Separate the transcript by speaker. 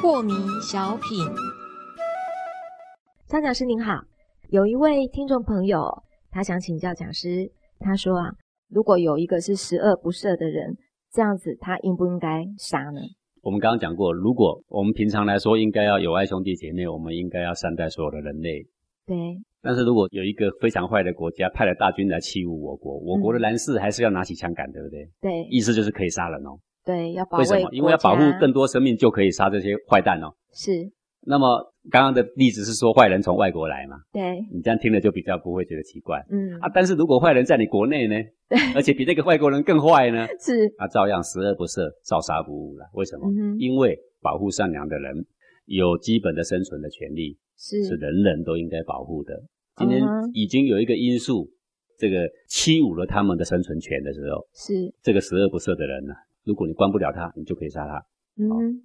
Speaker 1: 破迷小品，张讲师您好，有一位听众朋友，他想请教讲师，他说啊，如果有一个是十恶不赦的人，这样子他应不应该杀呢？
Speaker 2: 我们刚刚讲过，如果我们平常来说，应该要友爱兄弟姐妹，我们应该要善待所有的人类。
Speaker 1: 对，
Speaker 2: 但是如果有一个非常坏的国家派了大军来欺侮我国，我国的男士还是要拿起枪杆，对不对？
Speaker 1: 对，
Speaker 2: 意思就是可以杀人哦。
Speaker 1: 对，要保
Speaker 2: 为什么？因为要保护
Speaker 1: 国家
Speaker 2: 更多生命，就可以杀这些坏蛋哦。
Speaker 1: 是，
Speaker 2: 那么刚刚的例子是说坏人从外国来嘛，
Speaker 1: 对，
Speaker 2: 你这样听了就比较不会觉得奇怪
Speaker 1: 嗯，
Speaker 2: 啊。但是如果坏人在你国 内呢，而且比那个外国人更坏呢，
Speaker 1: 是，
Speaker 2: 啊，照样十恶不赦，照杀不误了。为什么？
Speaker 1: 嗯哼，
Speaker 2: 因为保护善良的人有基本的生存的权利，
Speaker 1: 是，
Speaker 2: 是人人都应该保护的。今天
Speaker 1: 嗯哼
Speaker 2: 已经有一个因素，这个欺侮了他们的生存权的时候，
Speaker 1: 是，
Speaker 2: 啊这个十恶不赦的人呢、如果你关不了他，你就可以杀他。
Speaker 1: 嗯哼，